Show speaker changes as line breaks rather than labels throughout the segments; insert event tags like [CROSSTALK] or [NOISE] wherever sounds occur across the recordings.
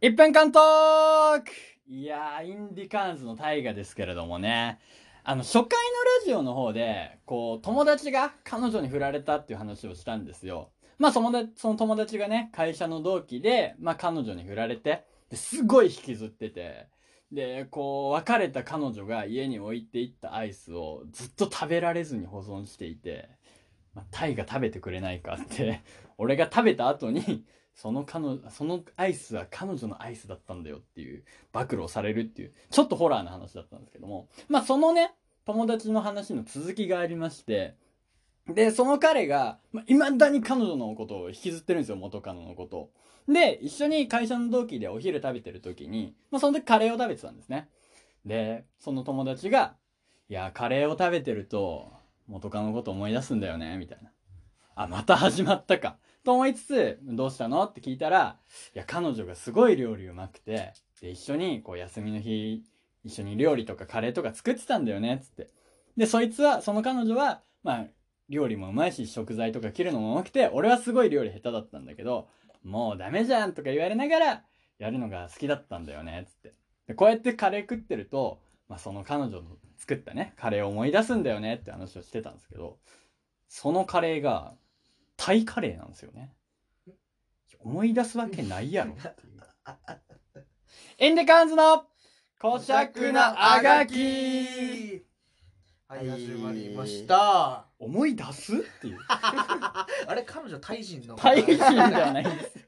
一分間トークいやー、インディカーンズの大河ですけれどもね。あの、初回のラジオの方で、こう、友達が彼女に振られたっていう話をしたんですよ。まあ、友達、その友達がね、会社の同期で、まあ、彼女に振られて、ですごい引きずってて、で、こう、別れた彼女が家に置いていったアイスをずっと食べられずに保存していて、まあ、タイが食べてくれないかって、俺が食べた後に、その彼女、そのアイスは彼女のアイスだったんだよっていう、暴露をされるっていう、ちょっとホラーな話だったんですけども、まあそのね、友達の話の続きがありまして、で、その彼が、まあ、未だに彼女のことを引きずってるんですよ、元カノのことを。で、一緒に会社の同期でお昼食べてる時に、まあその時カレーを食べてたんですね。で、その友達が、いや、カレーを食べてると、元カノのこと思い出すんだよね、みたいな。あ、また始まったか。と思いつつ、どうしたのって聞いたら、いや、彼女がすごい料理うまくて、で、一緒に、こう、休みの日、一緒に料理とかカレーとか作ってたんだよね、つって。で、そいつは、その彼女は、まあ、料理もうまいし、食材とか切るのもうまくて、俺はすごい料理下手だったんだけど、もうダメじゃんとか言われながら、やるのが好きだったんだよね、つって。で、こうやってカレー食ってると、まあ、その彼女の作ったね、カレーを思い出すんだよねって話をしてたんですけど、そのカレーが、タイカレーなんですよね。思い出すわけないやろって [LAUGHS] いう。インディカーンズの、
お
こしゃくなあがき
はい、始まりました。
思い出すっていう。
あれ、彼女タイ人の。
タイ人ではないんです。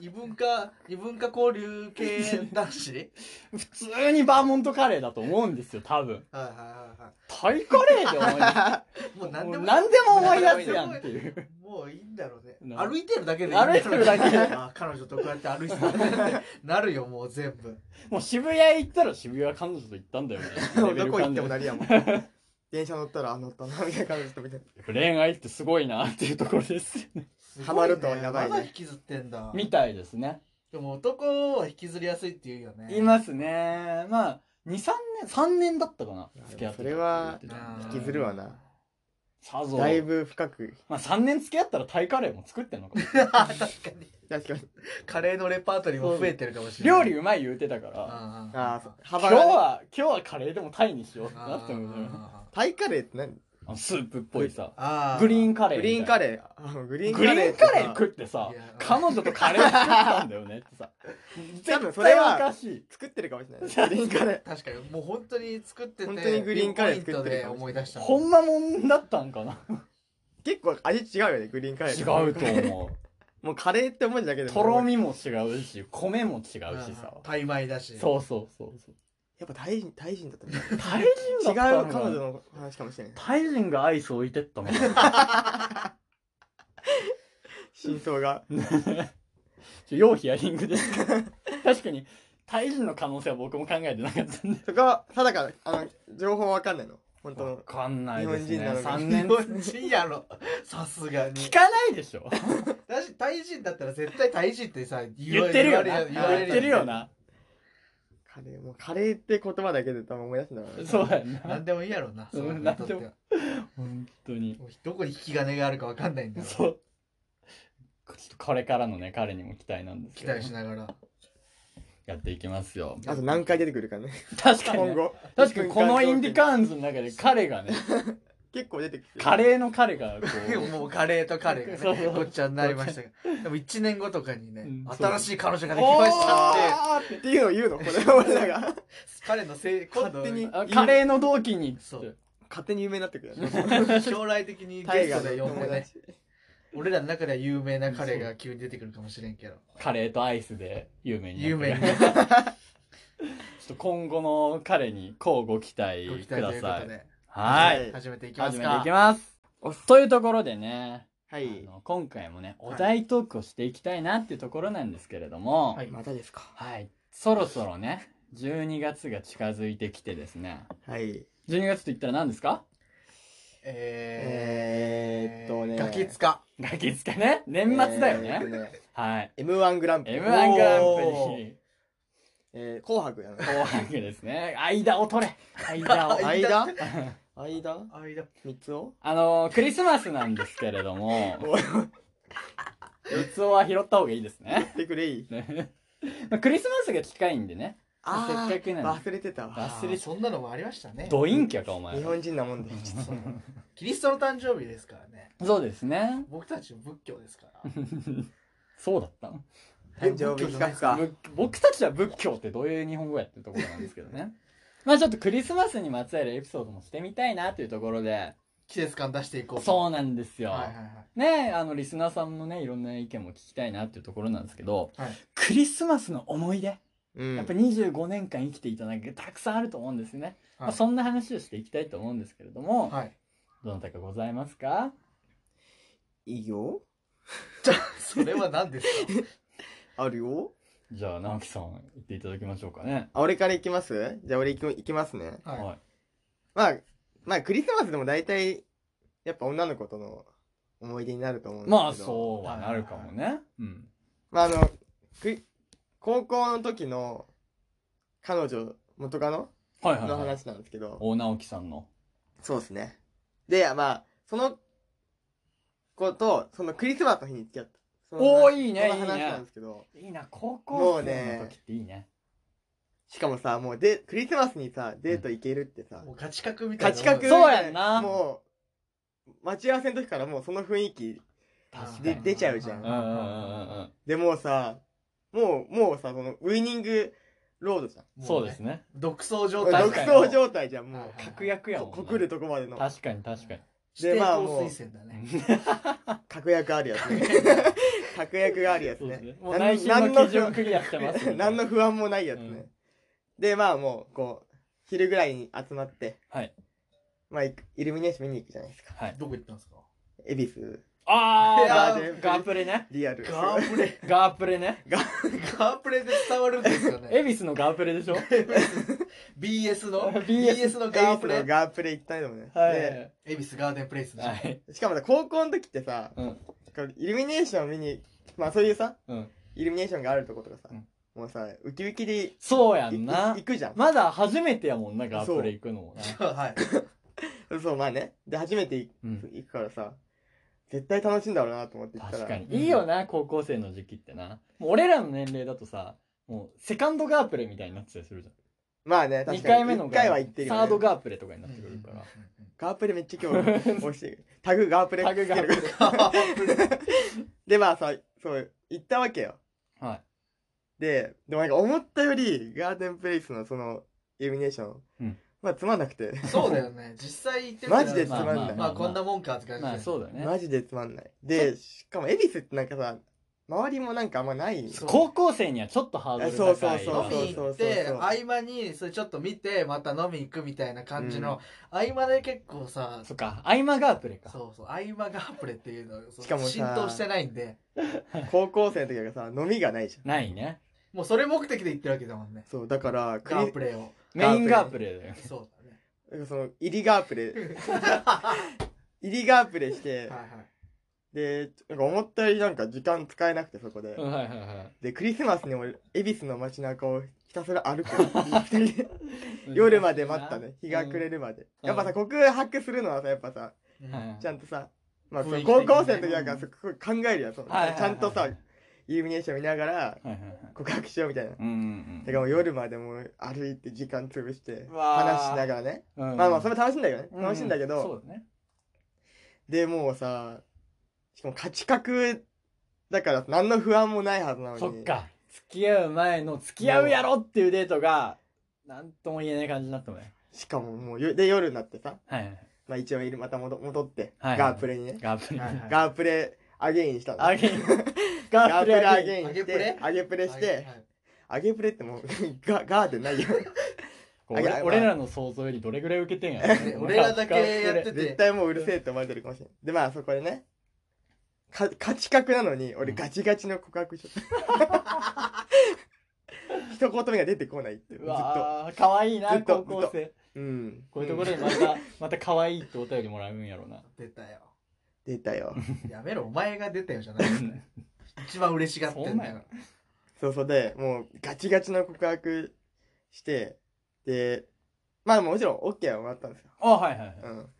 異文化、異文化交流系男子
普通にバーモントカレーだと思うんですよ、多分。
はいはいはいは
タイカレーで思い出す。
い。もう何
も
で
う
も。
何でも思い出すやんっていう。
もういいんだろうね
な
歩いてるだけで
歩いてるだけで
あ彼女とこうやって歩いてたんだってなるよもう全部
もう渋谷行ったら渋谷彼女と行ったんだよね。レベ
ど
ル
こ行って
感
もな
で
りやもん [LAUGHS] 電車乗ったらあ乗ったなみたいな感じでみたい
恋愛ってすごいなっていうところですよね。
すごいね
ハマるとやばいね
まだ引きずってんだ
みたいですね。
でも男は引きずりやすいって言うよ
[LAUGHS]
ね
いますね。まあ、2、3年、3年だったかな。付き合ってたって言ってたんで
引きずるわな
さぞ。
なだいぶ深く
まあ3年付き合ったらタイカレーも作ってんのかも。
確かに
確かに
[LAUGHS] カレーのレパートリーも増えてるかもしれな
料
い
理うまい言うてたから、
あ
あー
今
幅
日
がね
は、今日はカレーでもタイにしようってなってもね
タイカレーって何
あのスープっぽいさ。
あ
グリー
ン
ンカレー
グ
みた
リ
い
ーン
な。
カレーあグリーンカ
グリ
レ
ーン
ーってさ
カレー食ってさ
いや、
彼女とカレー作ったんだよねってさ。
多分
絶
それ
対お
は
かしい。
作ってるかもしれないグリーンカレ
確かにもう本当に作ってて
本当にグリーンカレー作ってる
ピンポイントで思い出した
ほん
ま
まもんだったんかな
ー結構味違うよねグリーンカレ
違う
ー
と思
もうカレーって思うだけ
う。
で
とろ
や
みも違うし、米も違うしさ。
タイ米だし
そうそうそうそう。
っぱタイ人タイ [LAUGHS] 人だったみたい
タイ人だっ
違
た
う
の
彼
かな
女の話かもしれない
タイ人がアイス置いてったのかな
真相が
ちょ要ヒアリングですか確かに、タイ人の可能性は僕も考えてなかったんで。
そこは定かあの情報わかんないの本当の
かんないですね。
日本人なのか
3
日
年。
本人やろさすがに
聞かないでしょ
だしタイ人だったら絶対タイ人ってさ言
言
わ
ってるよ
言
な。
われ
言
言われ
ってるよな。
カレーもうカレーって言葉だけで多分思い出すんだろうね
そうやん
何
な。
でもいいやろうな
うん
そういうのにとっては
何で本当に。
もうどこに引き金があるかわかんないんだよ
そう。ちょっとこれからのね、彼にも期待なんです
期
けど。
待しながら
やっていきますよ。
あと何回出てくるかね
確かにね、
今後
確かにこのインディ
ー
カーンズの中で彼がね、
結構出てくる
カレーの彼がこ
[LAUGHS]
う、
もうカレーとカレー
そ
が
う
ね
そう
ごっちゃになりましたがでも1年後とかにね
うん
新しい彼女ができましたって
[LAUGHS] ってっていうのを言うのこれ俺らが
彼のせい今度
勝手に
あカレーの同期にって。
そう
勝手に有名になってくるよね
将来的に
タイ
ゲ
ガ
ストで
ーの
呼んで
友
ね
達
俺らの中では有名な彼が急に出てくるかもしれんけど
カレーとアイスで有名になって
有名に
ちょっと今後の彼にこうご期待
ご期待と
くだ
いうこ
さ
と
い。
で
は。
はいい
始めていきま
始
す
めていき
か
ます
おっ。
というところでね、
は
あ
い
の今回もね、お題トークをしていきたいなっていうところなんですけれども、
は
はいい。
またですか
そろそろね、12月が近づいてきてですね、
はい
12月と言ったら何ですか
え
えーっとね
ーガキつか
ガキつかね年末だよ
えー
ね。
っとね
はい。
M1 グランプリ
M1 グランプリ、
えー紅白やな
紅白ですね。間を取れ間を。
間間
間
三つを
あのー、クリスマスなんですけれども、
おい
三つおは拾った方がいいですね。 [LAUGHS]
言ってくれい
ねまあクリスマスが近いんでね。
ああ
せっかくなんで
忘れてたわ
忘れて
そんなのもありましたね
ドインキャか、お前
日。本人なもんでちょっと
キリストの誕生日ですからね
そうですね。
僕たち仏教ですから
そうだったの
[LAUGHS] 誕生日企画か
ぶ僕たちは仏教ってどういう日本語やってるところなんですけどね。 [LAUGHS] まあちょっとクリスマスにまつわるエピソードもしてみたいなというところで、
季節感出していこう
そうなんですよ。
はいはいはい
ねあの、リスナーさんのね、いろんな意見も聞きたいなっていうところなんですけど、
はい
クリスマスの思い出、
うん
やっぱ25年間生きていた中でたくさんあると思うんですよね。まあ、そんな話をしていきたいと思うんですけれども、
はい
どなたかございますか
いいよ
じゃあそれは何ですか
あるよ
じゃあ、直樹さん、言っていただきましょうかね。
あ俺から行きますじゃあ俺行き行きますね
はい。
は
まあまあクリスマスでも大体やっぱ女の子との思い出になると思うんですけど
まあ、そうはなるかもね。うん。
まああのく高校の時の彼女元カノ
はいはい、
の
はい。
話なんですけど、
大直樹さんの。
そうですねでまあその子とそのクリスマスの日に付き合ったその
おーいいね
その
いい
話
ね
なんですけど
いいな、高校生
も
の
う
時
ね
っていいね。
しかもさもうでクリスマスにさデート行けるってさ、
もうガチ角みたい
価
な
値格
そうやんな
もう待ち合わせの時からもうその雰囲気
確かに
で出ちゃうじゃ
う
ん
んうんうんうん
でもうさもうもうさそのウイニングロードじゃん
うん。そうです
ね
ね。
独走状
独
態
確かに
走状態じゃんも
はいうはい
確約やもん、ね。
告るとこまでの
確かに確かに。
指定
でまあ
校
もう
推薦だね
確約あるやつね確約があるやつ
そうです
ね
ね。もう内心の基準クリアしてます。
[LAUGHS] 何の不安もないやつね、
うん
でまあもうこう昼ぐらいに集まって
はい。
まあ行くイルミネーション見に行くじゃないですか
はい。
どこ行ったんですか
恵比寿 [LAUGHS]
あ
いや
ー、ガープレね。
リアル
ガープレ
ガープレね。
ガープレで伝わるんですよね
恵比寿のガープレでしょ
BS の
BS
BS の
恵
ガー
比寿
プ
の
レ
ガープレ行ったのね、で
は
恵比寿ガーデンプレイス
い。
ね
はい。
しかもさ高校の時ってさ
うん。
こうイルミネーション見にまあそういうさ
うん。
イルミネーションがあるとことかさ、
うん
もうさウキウキでい
そうや
い
んな
行。くじゃん、
まだ初めてやもんな、ガープレ行くのもな。
はい
そうまあねで初めて行
うん。
行くからさ絶対楽しいんだろうなと思って行ったら
確かに。いいよな、高校生の時期ってな。もう俺らの年齢だとさ、もうセカンドガープレみたいになってたりするじ
まあね
ゃん。
確
2
かに
回目の
一回は行ってるよ、ね、
サードガープレとかになってくるか
ガープレめっちゃ
[LAUGHS]
今日押してるタグガープレ
ら。タグガープレ。
ガープレ
でまあさそう行ったわけよ
[LAUGHS] はい。
ででもなんか思ったよりガーデンプレイスのそのイルミネーション、
うん
まあつまんなくて
そうだよね実際行ってみたら
マジでつまんない、
まあ
まあこんなもんかって感じ
まあそう
だ
だよね。
マジでつまんないでしかも恵比寿ってなんかさ周りもなんかあんまない
そう
高校生にはちょっとハードル高い。
そうそう
飲
そうそう
み行って合間にそれちょっと見てまた飲み行くみたいな感じの合間で結構さ
そっか、合間ガープレか。
そうそう合間ガープレっていうの
しかもさ
浸透してないんで
高校生の時はさ飲みがないじゃん
ないね。
もうそれ目的で行ってるわけだもんね
そうだからクリ
ガープレを
メインガープレだよ。
そうだ
[LAUGHS]
ね
なんかその入りガープレ入りガープレして、
はいはい
でなんか思ったよりなんか時間使えなくてそこで、
うんはいはいは
でクリスマスにも恵比寿の街中をひたすら
[LAUGHS]
歩く [LAUGHS] 二人で
い。
夜まで待ったね日が暮れ
る。
るまで、
うん
やっぱさ告白するのはさやっぱさ
うん
はいはい
ちゃんとさ、まあ、そ
雰
の
囲気的に
高
ね
校生の時なんかそこ考えるやんその
はいはいはいはい
ちゃんとさイルミネーション見ながら
はいはいはい。
告白しようみたいな、
うんうん
だからもう夜までもう歩いて時間潰して
うわー
話しながらね
うん。
まあまあそ
れ
れ楽しいんだけどね楽しいんだけど、
そうだね。
でもうさしかも価値格だから何の不安もないはずなのに
そっか。付き合う前の付き合うやろっていうデートが、なんとも言えない感じになったもんね。
しかももうよで夜になってさ、
はいはいはい。
まあ、一応いるまた戻戻って、
はいはい
ガープレにね
ガープレ。
はいはい
ガープレアゲインしたの
アゲイ
[LAUGHS]
ン。
ガ
ガー
ー
プ
プ
レ
レ
ア
ア
ゲイン。
ゲインして
アゲプレ
アゲプレして、
はいはい
アゲプレってもう [LAUGHS] ガガーデンないよ
こう俺
あ
俺らの想像よりどれぐらい受けてん
[LAUGHS]
やろね
ね俺らだけやってて
絶対もううるせえって思われてるかもしれないでまあそこでねか価値格なのに俺ガチガチの告白しち
[LAUGHS]
ゃった一言目が出てこないってずっ
う
と
わー、かわいい
ず
な、
っと
高校生。
うん
こういうところでまた、 [LAUGHS] また可愛いってお便りもらうんやろうな。
出たよ
出たよ
やめろお前が出たよじゃない一番嬉しがって
そ
ん
んな
だ
んや
よ
そうそうで、もうガチガチの告白して、で、まあもちろん OK はもらったんですよ。
あ、はいはいはい。
うん。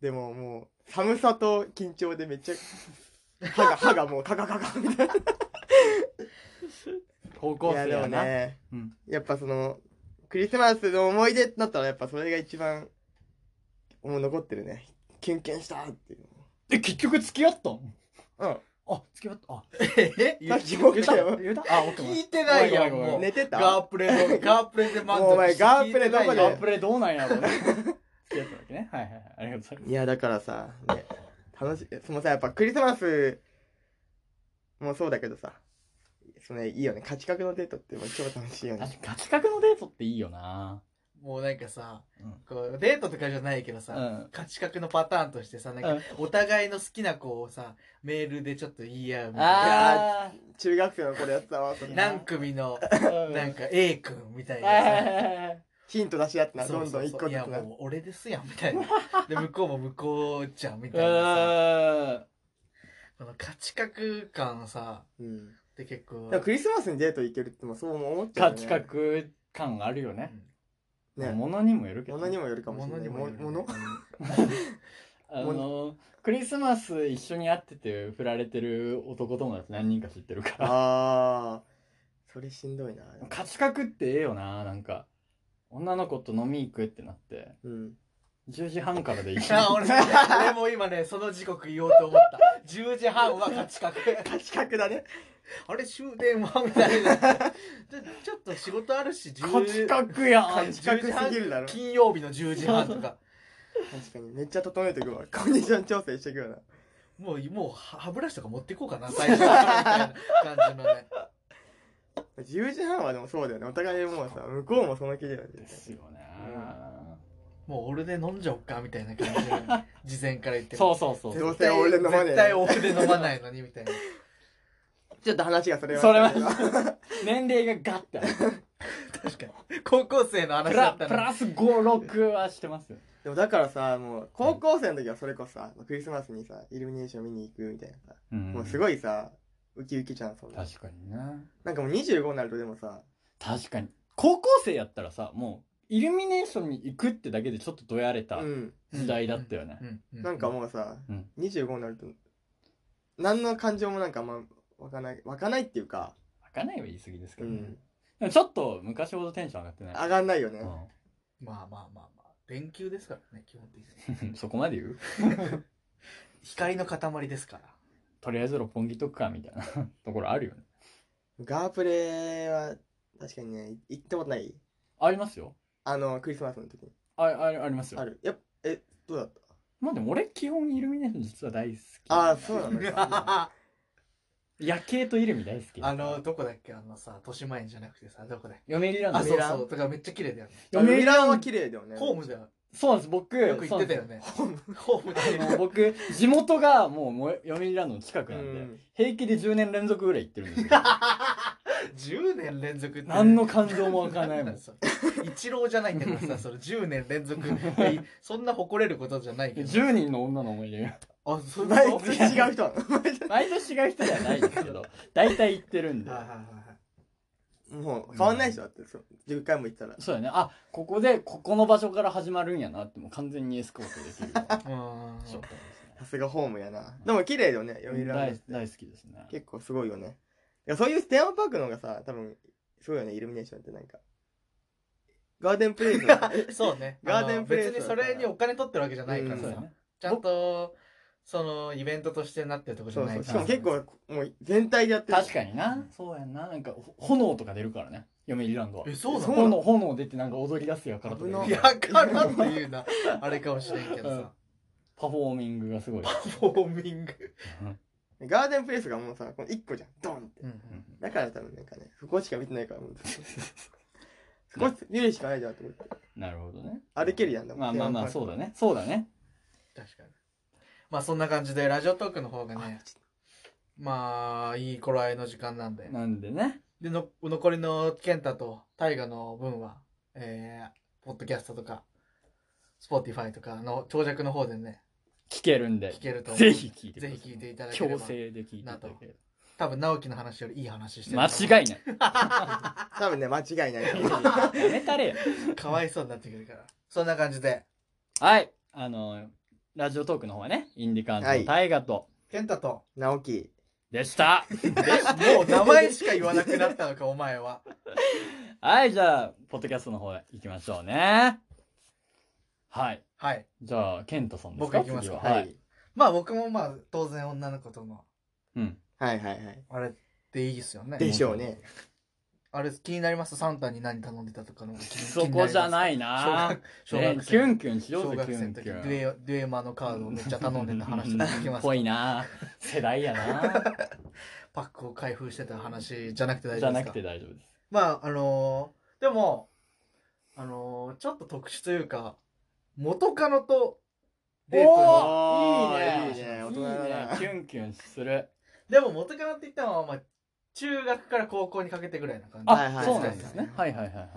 でももう寒さと緊張でめっちゃ、歯が、歯がもうカカカカみたいな。
高
い
校
や
生
でも
やな。
ね
うん
やっぱそのクリスマスの思い出だったらやっぱそれが一番もう残ってるねキュンキュンしたっていう
え、結局付き合ったん
うん
あ、付き合った。あ、
え
さっき僕
言っ
だ
た
よ
言ったあ、OK。
聞いてないやん
ごめん
も
ご
う
め
寝てた
ガープレのガープレで満足
もうお前
して聞いてない
ガープレどこで
アップレどうなんや
[LAUGHS]
ろうね。付き合ったわけね。はいはいはい。ありがとうございます。
いやだからさ、ね、楽しいそのさやっぱクリスマスもそうだけどさそのねいいよね価値観のデートってもう超楽しいよね
確かにガチ格のデートっていいよな。
もうなんかさ
うん
こうデートとかじゃないけど
う
さ、
ん。
価値観のパターンとしてさなんか
うん
お互いの好きな子をさメールでちょっと言い合うみたいな
あ
中学生の頃やってたわそれ
ー
何組の
ー。
なんか A 君みたい
はいは
なさ
いはいはい。
ヒント出し合ってな
そ
ど
うんそ
ど
うんそう
一個
い
ずつ
や
な
もう俺ですやんみたいなで向こうも向こうじゃんみ
う
たいなさ
ーん。
この価値観感さ
うん
って結構
でもクリスマスにデート行けるってもそう思っちゃ
価
うよね
値格感があるよね。
ね
ものにもよるけど
物
ね、
にもよるかもしれ
物
な
にも
い
よる
もの
あの、クリスマス一緒に会ってて振られてる男友達何人か知ってるから。
ああそれしんどいな
価値格ってええよな、なんか。女の子と飲み行くってなって、
うん
10時半からでいい。
[LAUGHS] あ俺俺も今ねその時刻言おうと思った10時半は価値観 [LAUGHS]
価値格だね
あれ終電はみたいな [LAUGHS] ちょちょっと仕事あるし
価
10
値格やん。
値観すぎるだろ
金曜日の10時半とか [LAUGHS]
確かにめっちゃ整えていくわコンディション調整していくよな
もうもう歯ブラシとか持っていこうかな最初からみたいな感じのね
10時半はでもそうだよねお互いもうさ向こうもその気だよね
ですよね。
もう俺で飲んじゃおっかみたいな感じの
[LAUGHS]
事前から言って
そうそうそう。
どうせ俺飲まねえ
絶対俺で飲まないのにみたいな
ちょっと話がそれ
それは
それは
年齢がガッてある。
確かに高校生の
プ
話だ
ラ
った
プ
ら
ラス5、6はしてますよ。
でもだからさもう高校生の時はそれこそさクリスマスにさイルミネーション見に行くみたいなさ、
うん
もうすごいさウキウキじゃんそんな
確かにな。
なんかもう25になるとでもさ
確かに高校生やったらさもうイルミネーションに行くってだけでちょっとどやれた
うん
時代だったよね、
なんか
う
もうさ、
うん
25になると何の感情もなんかあんま湧かない湧かないっていうか、
開かないは言い過ぎですけ
う
ど、ね
ん、
でもちょっと昔ほどテンション上がってない
上がんないよね、
まあまあまあまあ連休ですからね基本的に
[LAUGHS] うんそこまで言う
光の塊ですから
とりあえず六本木とくかみたいな [LAUGHS] ところあるよね
ガープレは確かにね行ったことない
ありますよ
あのクリスマスの時に
ああありますよ
あるやっえどうだった
まあでも俺基本イルミネーション実は大好き
ああそうなんだ
[LAUGHS] あ
夜景とイルミ大好き
のどこだっけあのさ豊島園じゃなくてさどこだっけ
嫁入りなん
あ
で
そう
嫁ら
そうだからめっちゃ綺麗だよね
ミランは
き
綺麗だよね
ホームだよ
そうなんです僕
よく行ってたよね
ホーム
ホームだ
そうなんですあの
よ
僕地元がもうもう嫁入りランドの近く
う
なんで、
ん
平気で10年連続ぐらい行ってるんです
[LAUGHS]
よ
10年連続って
何の感情もわかんない
[LAUGHS]
もん
一郎じゃないんだから
[LAUGHS]
さそれ10年連続えそんな誇れることじゃないけど
10人の女の思い出
あそういう
毎
こと [LAUGHS]
年違う人な
毎年違う人ではないですけど大体行ってるんで
はいはいはいはい
の [LAUGHS] もう変わんない人だってそう10回も行ったら
そうだねあここでここの場所から始まるんやなってもう完全にエスコートできるような [LAUGHS]
うーん
ショットで
さすがホームやなでも綺麗だよね
す
読
ね
みラン
大
ド
大好きですね
結構すごいよねいやそういうテーマパークの方がさ多分すごいよねイルミネーションってなんかガーデンプレイス
そうね
ガーデンプレイ
あ
ス
の別にそれにお金取ってるわけじゃないから
構
そう
さ
だね
ちゃんとそのイベントとしてなってるとこ [LAUGHS] じ
そ
ゃ
う
な
そ
いう
し
か
からも結構もう全体でやってる
確かになそうやんななんかほ炎とか出るからね嫁入りランドは
えそうな
そう
の
炎炎出てなんか踊り出すやからとか言う
危
いやからっていうなあれかもしれんけどさ
パフォーミングがすごい
フォーミング
ガーデンプレイスがもうさこの1個じゃんドンって
うん
だから多分なんかねそこしか見てないからもうそこ見るしかないじゃんって思って
[LAUGHS] なるほどね
歩けるやんでも
まあまあまあそうだねそうだね
確かにまあそんな感じでラジオトークの方が
あ
ねまあいい頃合いの時間なんで
なんでね
での残りの健太と大我の分はえーポッドキャストとか Spotify とかの長尺の方でね
聞けるんで
聞けると思う
ぜひ聞いてくだ
[LAUGHS] ぜ
さい
ひ聞いていただけれ
強
ば
制で聞いていただけれ
多分直樹の話よりいい話してる
ば間違いない
多分ね間違いな
[LAUGHS]
いと思う
やめたれよ。
かわいそうになってくるからそんな感じで
はい。あの、ラジオトークの方はね、インディカーズ
は
の
い
大河と、
健太と
直樹
でした。
もう名前しか言わなくなったのか、お前は。
はい、じゃあ、ポッドキャストの方へ行きましょうね。はい。
はい。
じゃあ、ケントさんです
僕
か
いきますか。
次は
は
はいい。。
まあ僕もまあ当然女の子との、
うん。
はいはいはい。
あれっていいですよね。
でしょうね。
あれ気になりますサンタに何頼んでたとかの。
そこじゃ
い。
ない
小
な
学小
え
学
キュ
生
ンキュンしよ
小
うぜ、
学
キ
生
ュ
の
ンキ
時デ
ュン。
ュエデュエマのカードをめっちゃ頼んでた話とか聞
[LAUGHS]
きます
ぽいな世代やな
パックを開封してた話じゃなくて大
じ
丈
ゃ
夫で
な
す
く
か
て大丈夫です。
まああのーでもあのーちょっと特殊というか元カノとデートの
おーいいね
いいね
い
大
い
人だな
ね。キュンキュンする。
でも元カノって言ったのは、まあ、中学から高校にかけてぐらいな感じ
はい
あ
は、い
そうなんですね。はいはいはいはい。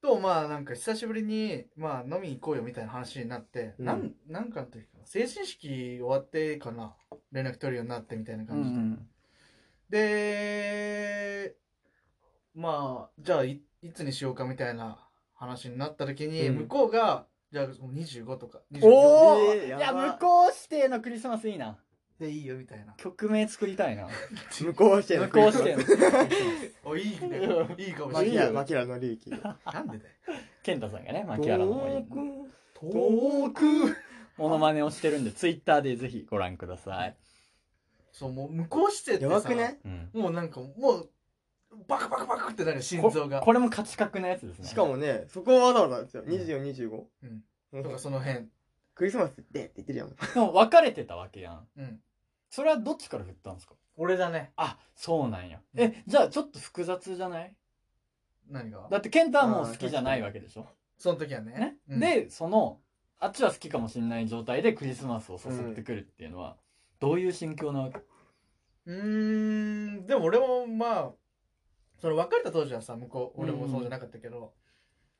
とまあなんか久しぶりに、まあ、飲みに行こうよみたいな話になって、
うん
なんなんかの時かな成人式終わってかな連絡取るようになってみたいな
う
感じで、
ん
でまあじゃあいいつにしようかみたいな話になった時に、
うん
向こうがじゃあもう25とか
うん。お
24
お
ー
い
えー
や、
やば
向こう指定のクリスマスいいな。
でいいよみたいな
曲名作りたいな。
向こうして
向こう指定のクリスマス。
おいいね [LAUGHS] いいかも
マ
し
キ
れな
ラ、
い
マキラの利益。
なんでだよ
ケンタさんがね、槙原の方に
遠く
モノマネをしてるんで、ツイッターでぜひご覧ください。
そうもう向こうしてって
や
さ
ばくね
うん。
もうなんかもうバクバクバクってなるよ心
こ
臓が
これも価値格なやつですね。
しかもね、そこはわざわざですよ。24、25。
うん
うん
とかその辺
クリスマスでって言ってるやん。
でも別れてたわけやん。
うん
それはどっちから振ったんですか
俺だね
あ、そうなんや。
うん
え、じゃあちょっと複雑じゃない
何が
だってケンタはもう好きじゃないわけでしょ、
その時はね
ね
うん
で、その、あっちは好きかもしれない状態でクリスマスを誘ってくるっていうのは、どういう心境なわけ
うーんでも俺もまあその別れた当時はさ向こう俺もそうじゃなかったけど、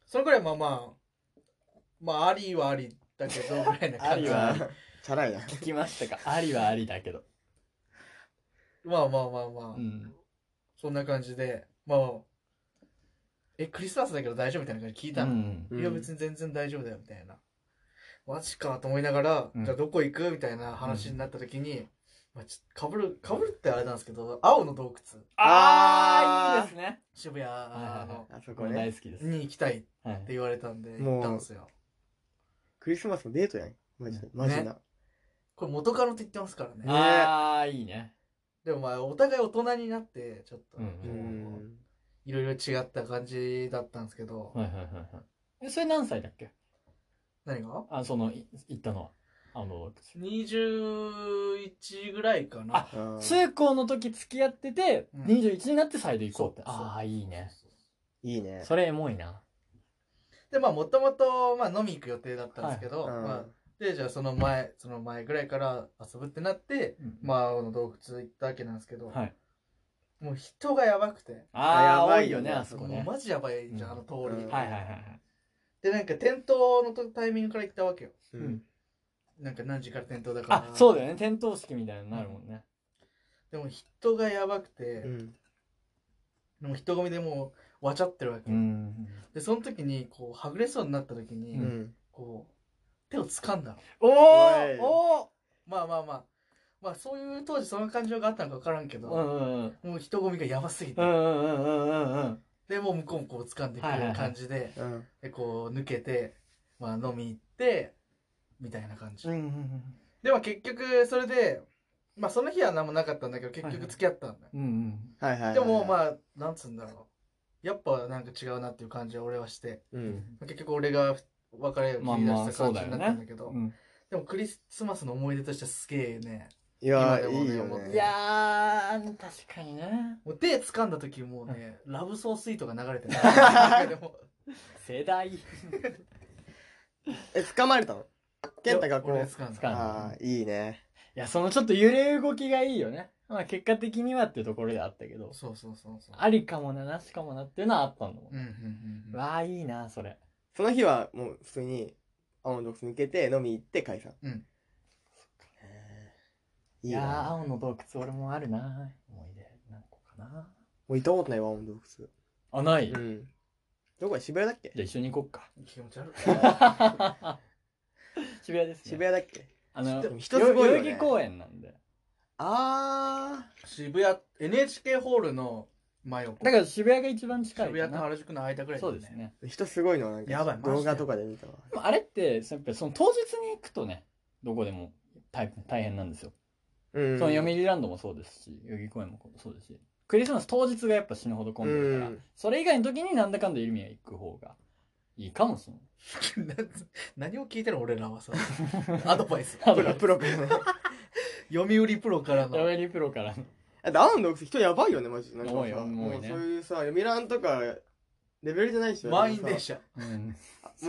そのくらいまあまあまあありはありだけ
[LAUGHS]
どぐらいな
あ
感
り
じ
はあ
あ
り
ーチャラいな。
聞きましたかありはありだけど。
まあまあまあまあ、
うん。
そんな感じでまあえクリスマスだけど大丈夫みたいな感じで聞いうたの、
ん。
うん
いや別に全然大丈夫だよみたいなマジかと思いながら、
うん
じゃあどこ行くみたいな話になった時に、まあ、ちょっとかぶるかぶるってあれなんですけど青の洞窟
あー、いいですね。
渋谷
はいはい
の
あそ
こ
こ
れ
ね。
大好きです。
に行きたい
はい
って言われたんで
も
行
う
ったんですよ
クリスマスのデートやん。マジで。マジな。
これ元カノって言ってますからね
ね
あー、いいね。
でもまあお互い大人になってちょっと
うん
う。
こうんいろいろ違った感じだったんですけど
はいはいはいはい。え、それ何歳だっけ
何が
あ、その、い行ったのは。あの、
21ぐらいかな
あ中高の時付き合ってて、
うん
21になって再度行こうって。
そうそう
ああ、いいね。
いいね。
それエモいな。
でまあもともとまあ飲み行く予定だったんですけど、
うん
まあ、でじゃあその前その前ぐらいから遊ぶってなってまあ青の洞窟行ったわけなんですけど、
はい。
もう人がやばくて
ああ、
やば
多
い
いよ
よね
ね、あそこ
もう
ね。
マジやばいじゃん、
うん
あの通り、
うん
はいはいはいはい。
でなんか店頭のタイミングから行ったわけよ
うん。
なんか何時から店頭だから
あ、そう
だ
だよね。点灯式みたいになるもんね。
でも人がやばくて、
うん。
でも人混みでもうわちゃってるわけ、
ん。
でその時にこうはぐれそうになった時に、
うん。
こう手を掴んだの
お
おい
ーお
まあまあまあまあそういう当時その感情があったのか分からんけ
ー
ど、
うんうんうん。
もう人混みがやばすぎて、
うんうんうんうんうん。
でもう向こうもこう掴んでく
はいはい
る
はい
感じで,、
うん。
でこう抜けて、まあ、飲み行ってみたいな感じ、
うんうんうん
でも結局それでまあその日は何もなかったんだけど結
はいは
局
い
付き合ったんだよ、
うんうん。
はいはいはい。
でも
あ。
まあなんつうんだろうやっぱなんか違うなっていう感じは俺はして
うん。
結局俺が別れを
まあ
切り出
まあ、
した
そう
感
だ
じ
よ
になったん
ね
だけど、。
うん
でもクリスマスの思い出としてはすげえね
いやー、
今でもね
いいよ
思っ
ね。
て
いやー、確かにね。
もう手掴んだ時もうね、ラブソースイートが流れ
[LAUGHS]
てるでも
世代。
え、捕まれたの健太がこ
俺
う。
掴ん
掴ん
だ
ああ、いいね。
いや、そのちょっと揺れ動きがいいよね。まあ結果的にはっていうところであったけど、
そうそうそうそう
ありかもな、なしかもなっていうのはあったんだもん。
うんうんうんうん
わあ、いいな、それ。
その日はもう普通に、青の洞窟抜けて飲み行って解散。
うん
へー。
い
いい
やー、
な。
青の洞窟、俺もあるな。思い出、何個かな。
もう行ったことないわ、青の洞窟。
あ、ない。じ
う
ゃ
ん。どこや渋谷だっけ
あ一緒に行こっか。 [LAUGHS]
気持ち悪い
渋谷ですね。
渋谷だっけ
あの、
でも人すごいよね
代々木公園なんで。
あ
渋谷 NHK ホールの真横
だから渋谷が一番近い
渋
か
谷と
な。
原宿の間ぐらいだ
そ
よ
うですね。
ー人すごいのはなんか
やばいマジで
動画とかで見たわ
でもあれって、やっぱりその当日に行くとね、どこでも大大変なんですよ。
うん
その読売ランドもそうですし、代々木公園もそうですし、クリスマス当日がやっぱ死ぬほど混んでるから、
うん
それ以外の時になんだかんだイルミア行く方がいいかもしれない。
[LAUGHS] な何を聞いてるの俺ら
[LAUGHS]
はさアドバイス
アド
プ
バイ
ロ
ス
プロかね
読売プロからの
やべりプロからの。
だって青の洞窟人やばいよねマジでなんかさ
多いよ多いね
もうそういうさ読売ランとかレベルじゃないでしょ
満員電車
うん。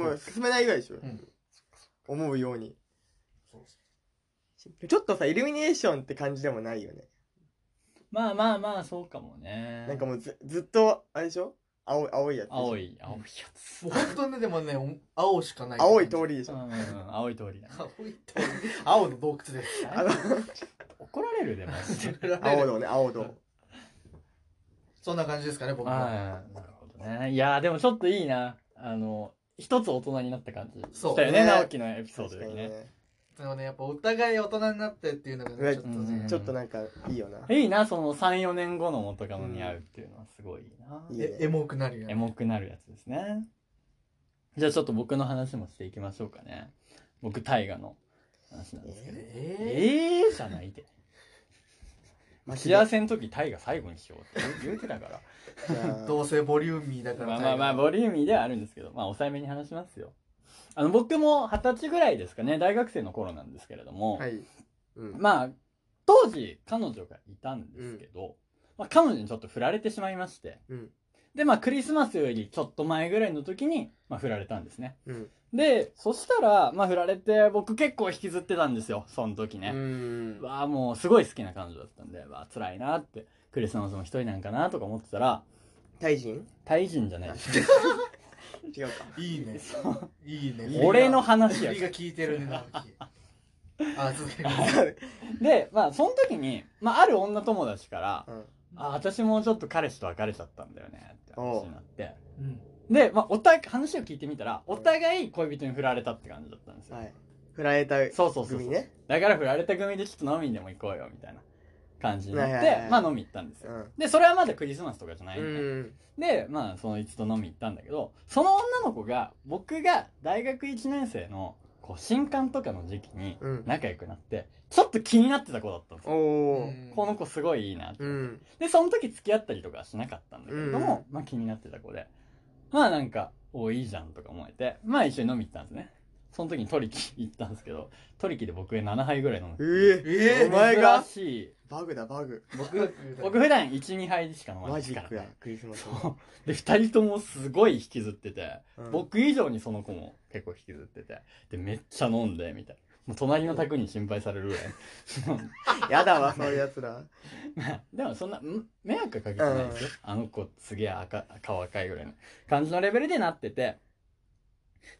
もう進めないぐらいでしょ、
うん
思うようにちょっとさイルミネーションって感じでもないよね
まあまあまあ、そうかもね。
なんかもうずずっとあれでしょ青い青いやつ
青
い
い、青いやつ。
もう本当ねでもねお青しかない
青い通りでし
う
ょ、
んうんうん、青い通りだ。
青い通り青の洞窟です
あの
怒られるで、マジで。
青のね青の
そんな感じですかね僕は
はい、なるほどね。いやー、でもちょっといいな。あの、一つ大人になった感じ
そう
したよね、
ね
直樹のエピソード
確か
より
に
ね。
ね
でもねやっぱお互い大人になってっていうのがねちょっと
うん
ね
ちょっとなんかいいよな、
いいな、その3、4年後の元カノに会うっていうのはすごいいいな。
いい
えエモくなるよ
エ
ね
モくなるやつですね。じゃあちょっと僕の話もしていきましょうかね。僕、大河の話なんですけど。
え
ええー、じゃないで。
マジで
幸せの時、大河最後にしようって言う言うてた
[LAUGHS]
から。
じゃ
ー
あ
どうせボリューミーだか
ま
ら
あまあまあ、ボリューミーではあるんですけど、まあ、抑えめに話しますよ。あの、僕も二十歳ぐらいですかね、大学生の頃なんですけれども、
はい、うん
まあ、当時、彼女がいたんですけど、まあ、彼女にちょっと振られてしまいまして、
うん
で、まあ、クリスマスよりちょっと前ぐらいの時に、まあ、振られたんですね。
うん
で、そしたら、まあ、振られて、僕結構引きずってたんですよ、その時ね。
うん
わあもうすごい好きな彼女だったんで、わあ辛いなって、クリスマスも一人なんかなとか思ってたら、
タイ人
タイ人じゃないです。
[LAUGHS] 違うか
いいね
そう
いいね
俺の話
振
や
りが聞いてるね
[LAUGHS]
直樹あ続けてください
で、まあ、その時に、まあ、ある女友達から、
うん
あ、私もちょっと彼氏と別れちゃったんだよね、って話になって。
うん
で、まあ、お互い、話を聞いてみたら、お互い恋人に振られたって感じだったんですよ。
はい振られた
そうそうそう
組
そう、
ね
だから振られた組でちょっと飲みにでも行こうよ、みたいな感じになって、
はいはいはい
まあ、飲み行ったんです
う
よ。
ん
で、それはまだクリスマスとかじゃないんで、
うん
で、まあ、その一度飲み行ったんだけど、その女の子が、僕が大学1年生の、こう、新刊とかの時期に
うん
仲良くなって、ちょっと気になってた子だったんです
お
よ。
おー
この子すごいいいなって。
うん
で、その時付き合ったりとかはしなかったんだけれども、まあ気になってた子で。まあなんか、おいいじゃんとか思えて、まあ一緒に飲み行ったんですね。その時にトリキ行ったんですけど、トリキで僕7杯ぐらい飲む。
え
え
えお前が
珍しい。
バグだバグ
僕、僕普段1、2杯しか飲まない
マ
です
ジ
か
ッ
ら
クや
ね。
クリスマス
そうで、二人ともすごい引きずってて、
うん
僕以上にその子も結構引きずってて、で、めっちゃ飲んで、みたいな。もう隣の宅に心配されるぐらい。
やだわそういうやつら [LAUGHS]
でもそんな、ん迷惑かけてないですよ。あの子すげえ赤、顔赤いぐらいの感じのレベルでなってて。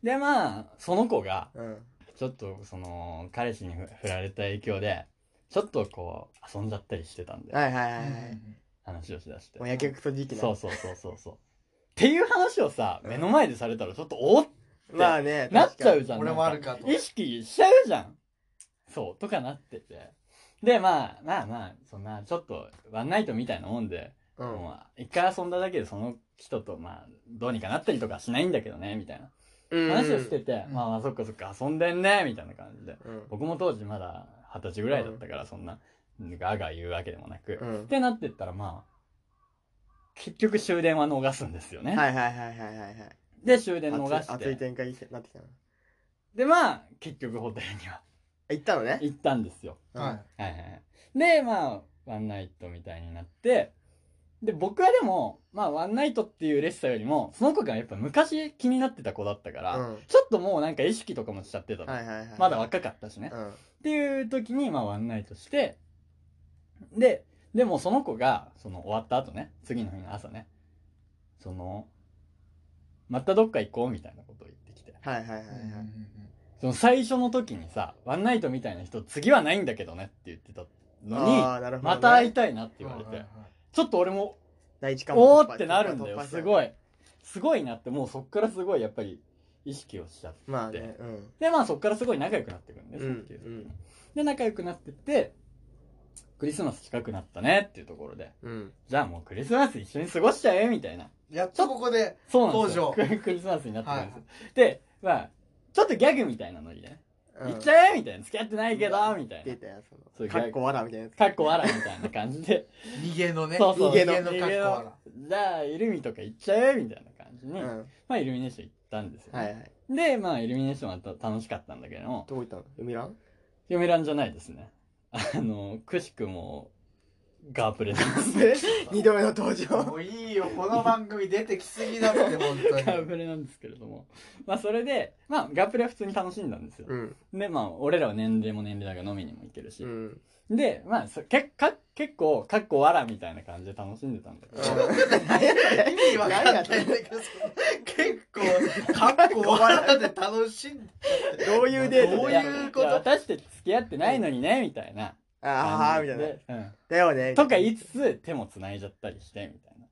で、まあ、その子が、
うん
ちょっとその、彼氏にふ振られた影響で、ちょっとこう、遊んじゃったりしてたんで、
はいはいは
う
いはい
ん
話をしだして
もう。やけくそ時期な
そうそうそうそうそう。っていう話をさ、目の前でされたらちょっとおっ
まあね
なっちゃう
確
じゃん。
俺もあるかと
意識しちゃうじゃん。そう、とかなってて。で、まあ、まあまあ、そんな、ちょっと、ワンナイトみたいなもんで、
かにうん
まあ、一回遊んだだけでその人と、まあ、どうにかなったりとかしないんだけどね、みたいな
うん
話をしてて、
うん
まあまあ、そっかそっか、遊んでんね、みたいな感じで。
うん
僕も当時まだ二十歳ぐらいだったから、そんな、ガーガー言うわけでもなく。
う
っ
ん
てなってったら、まあ、結局終電は逃すんですよね。
はいはいはいはいはいはい
で、終電逃
熱い
し
熱い
て。
展開になってきたな
で、まあ、結局ホテルには
行ったのね
行ったんですよ。
うん
はい
はいはいはい。で、まあ、ワンナイトみたいになって、で、僕はでも、まあ、ワンナイトっていう嬉しさよりも、その子がやっぱ昔気になってた子だったから、
うん
ちょっともうなんか意識とかもしちゃってたの。
はいはいはい
まだ若かったしね。
うん
っていう時に、まあ、ワンナイトして、で、でもその子が、その終わった後ね、次の日の朝ね、その、またどっか行こうみたいなことを言ってきて。
はいはいはいは
うんうんう
い
ん
その最初の時にさ、ワンナイトみたいな人、次はないんだけどねって言ってたのに、
あーなるほどね
また会いたいなって言われて、ちょっと俺も、
第一関門
お
突
ー
破
ってなるんだ
突
よ。
破しちゃ
す
う
ごい。すごいなって、もうそっからすごいやっぱり意識をしちゃって。
まあねうん
で、まあそっからすごい仲良くなっていくんで、
うん
その時々
うん
で、仲良くなってって、クリスマス近くなったねっていうところで、
うん。
じゃあもうクリスマス一緒に過ごしちゃえみたいな。
やっとここで、
そうなんですよ。
工
[LAUGHS] クリスマスになってるんです、
は
で、まあ、ちょっとギャグみたいなノリで、ね、
うん
行っちゃえみたいな。付き合ってないけど、みたい
出
な。
たよ、そ
そうい
の。
う
かっこわらみたいなやつ。
かっこ笑いみたいな感じ
[LAUGHS]
で。
逃げのね、
そうそう
逃げの格好はな
じゃあ、イルミとか行っちゃえみたいな感じ
う
に、
ん。
まあ、イルミネーション行ったんですよ、ね
はいはい。
で、まあ、イルミネーションはた楽しかったんだけども、
どこ行ったの海ラン
嫁らんじゃないですね。あの、くしくも、ガープレです。
[LAUGHS] 二度目の登
も
場。
ういいよ、この番組出てきすぎだって、本当に。
ガープレなんですけれども。まあ、それで、まあ、ガープレは普通に楽しんだんですよ。
うん。
で、まあ、俺らは年齢も年齢だから飲みにも行けるし
う。ん。
で、まあ、そけか結構、かっこわらみたいな感じで楽しんでたんだけど。
意味わかんないんだけど、結構、かっこ笑って楽しんで。
どういうデー
ど
ト
う
だ
いう
よ
こと
や私って付き合ってないのにね、みたいな。
ああ、みたいな。
いな。
だよね。
うん。とか言
い
いつつ、手も繋いじゃったりして、みたいな。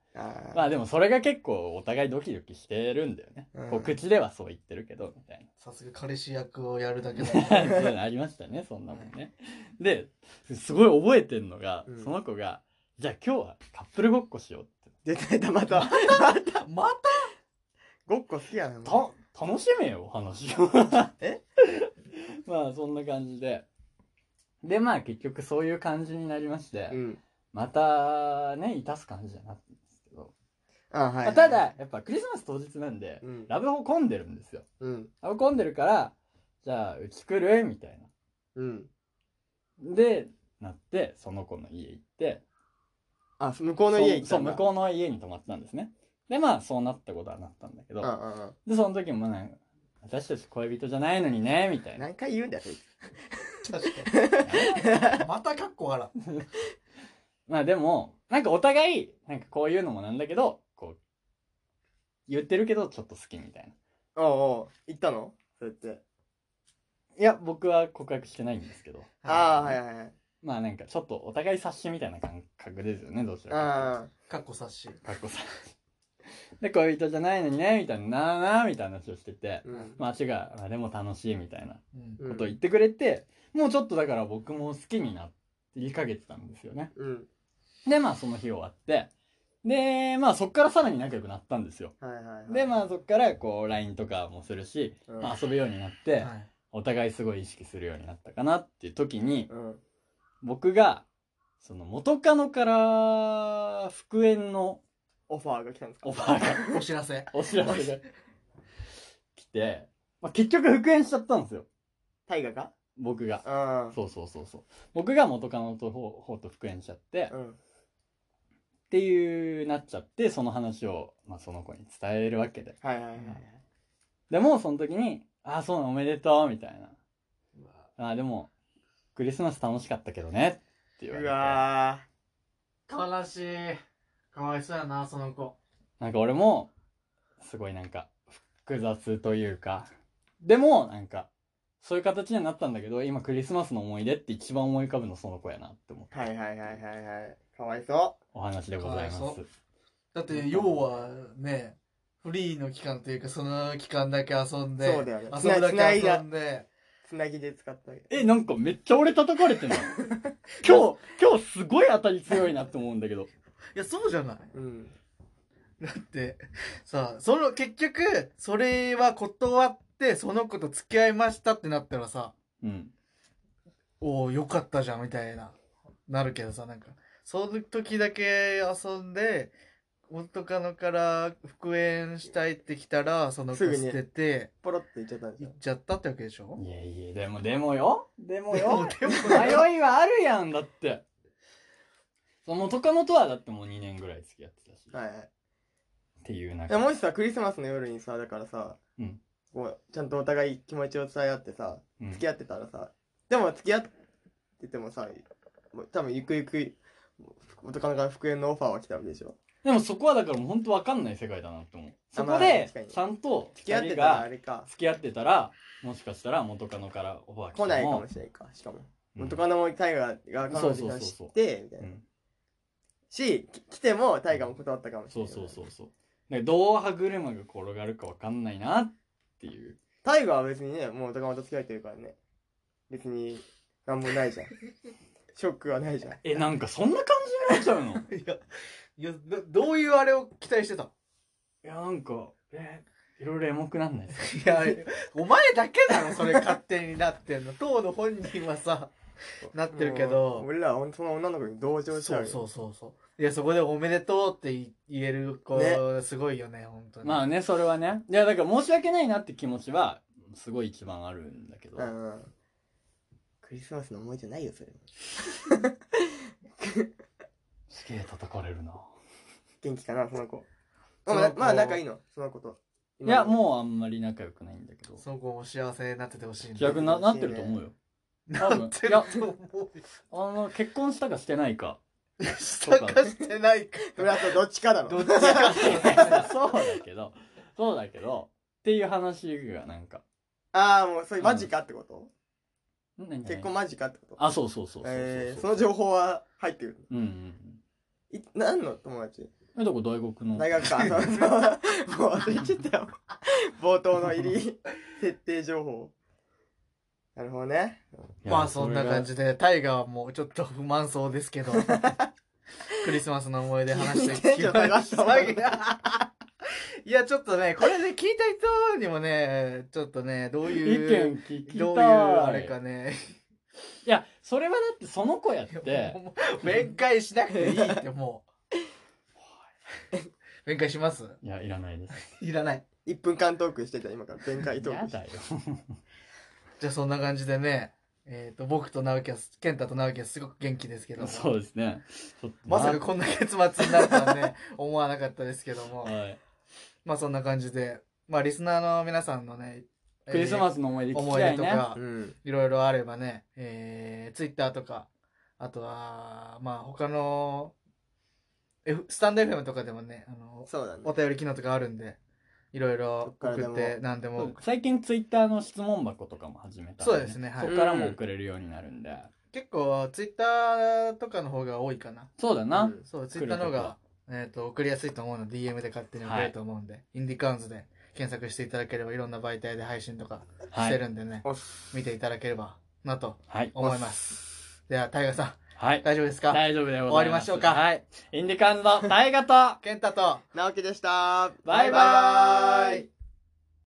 ま
あ
あでもそれが結構お互いドキドキしてるんだよね。
うん
こう口ではそう言ってるけど、みたい
さすが彼氏役をやるだけだ。
な。そういうのありましたね、そんなもんね。で、すごい覚えてんのが、
うん
その子が、じゃあ今日はカップルごっこしようって。
出てた、また。
[LAUGHS] また
ごっこ好きやな。
た、楽しめよ、お話を。
[LAUGHS] え
[LAUGHS] まあそんな感じで。で、まあ結局そういう感じになりまして、
うん。
またね、いたす感じじゃなったんですけど。
あはい。
まあただ、、やっぱクリスマス当日なんで、
うん。
ラブホ混んでるんですよ。
うん。
ラブホ混んでるから、じゃあうち来るみたいな。
うん。
で、なって、その子の家行って、
あ、向こうの家行った
そうんそ
だ
う、向こうの家に泊まってたんですね。で、まあ、そうなったことはなったんだけど、
うんうんうん。
で、その時もなんか、私たち恋人じゃないのにね、みたいな。
何回言うんだよ、そいつ。
またかっこ笑
まあでも、なんかお互い、なんかこういうのもなんだけど、こう、言ってるけど、ちょっと好きみたいな。
おうおう行ったのそうやって。
いや、僕は告白してないんですけど、
ああ、はいはいはい。
まあなんかちょっとお互い察しみたいな感覚ですよね、どちらか
あ
かっこ察し。
というと。かっこさ。 [LAUGHS] で、恋人じゃないのにね、みたいな、なあなあ、みたいな話をしてて、
あ。うん。
まあ、違う、あでも楽しいみたいな
うん
う
ことを言っ
ん。
てくれて、もうちょっとだから僕も好きになりかけてたんですよね。
うん。
で、まあその日終わって、で、まあそっからさらに仲良くなったんですよ。
はいはいはい。
で、まあそっからこう LINE とかもするし、
うん
まあ遊ぶようになって、
はい
お互いすごい意識するようになったかなっていう時に、
うん。
僕が、その元カノから復縁の
オファーが来たんですか
オファーが、
[LAUGHS] お知らせ。
お知らせが来て、まあ結局復縁しちゃったんですよ。
大河か
僕が。
うん。
そうそうそうそう。僕が元カノと方方と復縁しちゃって、っ
うん。
ていうなっちゃって、その話を、まあ、その子に伝えるわけで。
はいはいはいはい。
でも、その時に、ああ、そうなのおめでとう、みたいな。ああ、でも、クリスマス楽しかったけどね、って言われ
う
て。
わ
悲しい。かわいそうやな、その子。
なんか俺も、すごいなんか、複雑というか、でも、なんか、そういう形にはなったんだけど、今クリスマスの思い出って一番思い浮かぶのその子やなって思って、
ー。はいはいはいはいはい。かわいそ
お話でございます。
かわいそだって、要はね、フリーの期間というか、その期間だけ遊んで、
そうだよね
遊ぶだけ遊んで、
う。つなぎで使ったわけ。
え、なんかめっちゃ俺叩かれ
[LAUGHS]
てんの今日、今日すごい当たり強いなって思うんだけど。
いや、そうじゃない。
うん。
だって、さあ、その、結局、それは断って、その子と付き合いましたってなったらさ、
うん。
おお、よかったじゃん、みたいな、なるけどさ、なんか、その時だけ遊んで、元カノから復縁したいってきたら、その子
すぐに
捨てて、
ポロって言っちゃったんです
行
よ
っ。ちゃったってわけでしょ
いやいや、でもでもよ。でも
でも
よ。
でも
[LAUGHS] 迷いはあるやん、だって。その元カノとはだってもう2年ぐらい付き合ってたし。
はいはい。
っていう中
いやもしさ、クリスマスの夜にさ、だからさ、
うん
こうちゃんとお互い気持ちを伝え合ってさ、
うん
付き合ってたらさ、でも付き合っててもさ、もう多分ゆくゆく、元カノから復縁のオファーは来たわけでしょ。
でもそこはだからもう本当わかんない世界だなって思う。そこ
まあ
で
確かに、
ちゃんと
付き合
2
って
人
たらあ
が
れか、
付き合ってたら、もしかしたら元カノからオファー来て
来ないかもしれないか、しかも。
うん
元カノも大河が彼女
そうそう
が
そう
知
そう。
って、みたいうなんし、き来ても大河も断ったかもし
そ
れ
う
ない。
そうそうそう。だからどう歯車が転がるかわかんないなっていう。
大河は別にね、もう元カノと付き合ってるからね。別に、なんもないじゃん。ショックはないじゃん。
え、なんかそんな感じになっちゃうの [LAUGHS] い
いや、いや、どどういうあれを期待してたの
や、なんか、え、いろいろエモくなんないですか
いや、お前だけだろ、それ勝手になってん [LAUGHS] の。当の本人はさ、なってるけ
もう
ど。
俺らはその女の子に同
そ
情
う
しちゃうよ。
そうそうそう。いや、そこでおめでとうって言言える子、
ね
すごいよね、本当に。
まあね、それはね。いや、だから申し訳ないなって気持ちは、すごい一番あるんだけど。
うん。クリスマスの思い出ないよ、それも。
すげえ叩かれるな。
元気かな、その子。
そ
まあ
の子
まあ、仲いいの、その子と。
いや、もうあんまり仲良くないんだけど。
その子も幸せになっててほしいんだ
逆にななってると思うよ。
な
[LAUGHS]
ってると思うよ。
あの、結婚したかしてないか。
下かしてないか。
それは [LAUGHS] そうどっちかだろ。
どっちか
[LAUGHS] そうだけど、そうだけど、っていう話がなんか。
ああ、もう、それマジかってこと、
ん
結婚マジかってこと
あ、そうそうそうそうそう。
えー、その情報は入ってる。
うんうん
い何の友達
うん。え、どこ大学の。
大学か。そうそうもう忘れちゃったよ。冒頭の入り、設定情報。なるほどね。
いや
まあそんな感。じで、タイガーはもうちょっと不満そうです [LAUGHS] けど、クリスマスの思い出話してきまし
聞
た。
いてんじ
[LAUGHS] いや、ちょっとね、これね、聞いた人にもね、ちょっとね、どう
そ
い
れが意
う、
見聞きたい。
どういうあれかね、
いや、それはだってその子やって。
もう面会しなくていいっても [LAUGHS] う。面会します
いや、いらないです。
いらない。
1分間トークしてた、今から。弁解トー
や
クして。
だよ。
じゃあそんな感じでね、えっ、と、僕と直樹は、健太と直樹はすごく元気ですけども。
そうですね。ちょっと
まさかこんな結末になるとはね、思わなかったですけども。
はい。
まあそんな感じで、まあリスナーの皆さんのね、
クリスマ
ス、
スの思い出聞き
思い
た
出
い
と
ね。
か
う、ん。
いろいろあればね、えー、ツイッターとか、あとは、まあ他の、F、スタンド FM とかでもね、あの、
そうだね
お。便り機能とかあるんで、いろいろ送
ど
っ
っから
て
で、も
何でも送って、
最近ツイッターの質問箱とかも始めたん、
そうですねはい
そこからも送れるようになるんで。
結構ツイッターとかの方が多いかな。
そうだな。
うん
そう、ツイッターの
来る
方が、えっ、と、送りやすいと思うので、DM で勝手に送れると思うんで、インディカーンズで検索していただければ、いろんな媒体で配信とかし
は
て
い。
るんでね、
おっす
見ていただければなと
はい。
思います。では、タイガさ
はい
ん、。大丈夫ですか
大丈夫でございます。
終わりましょうか
はい。インディカンズの大河と、
健太と、
直樹でした。
バイバーイ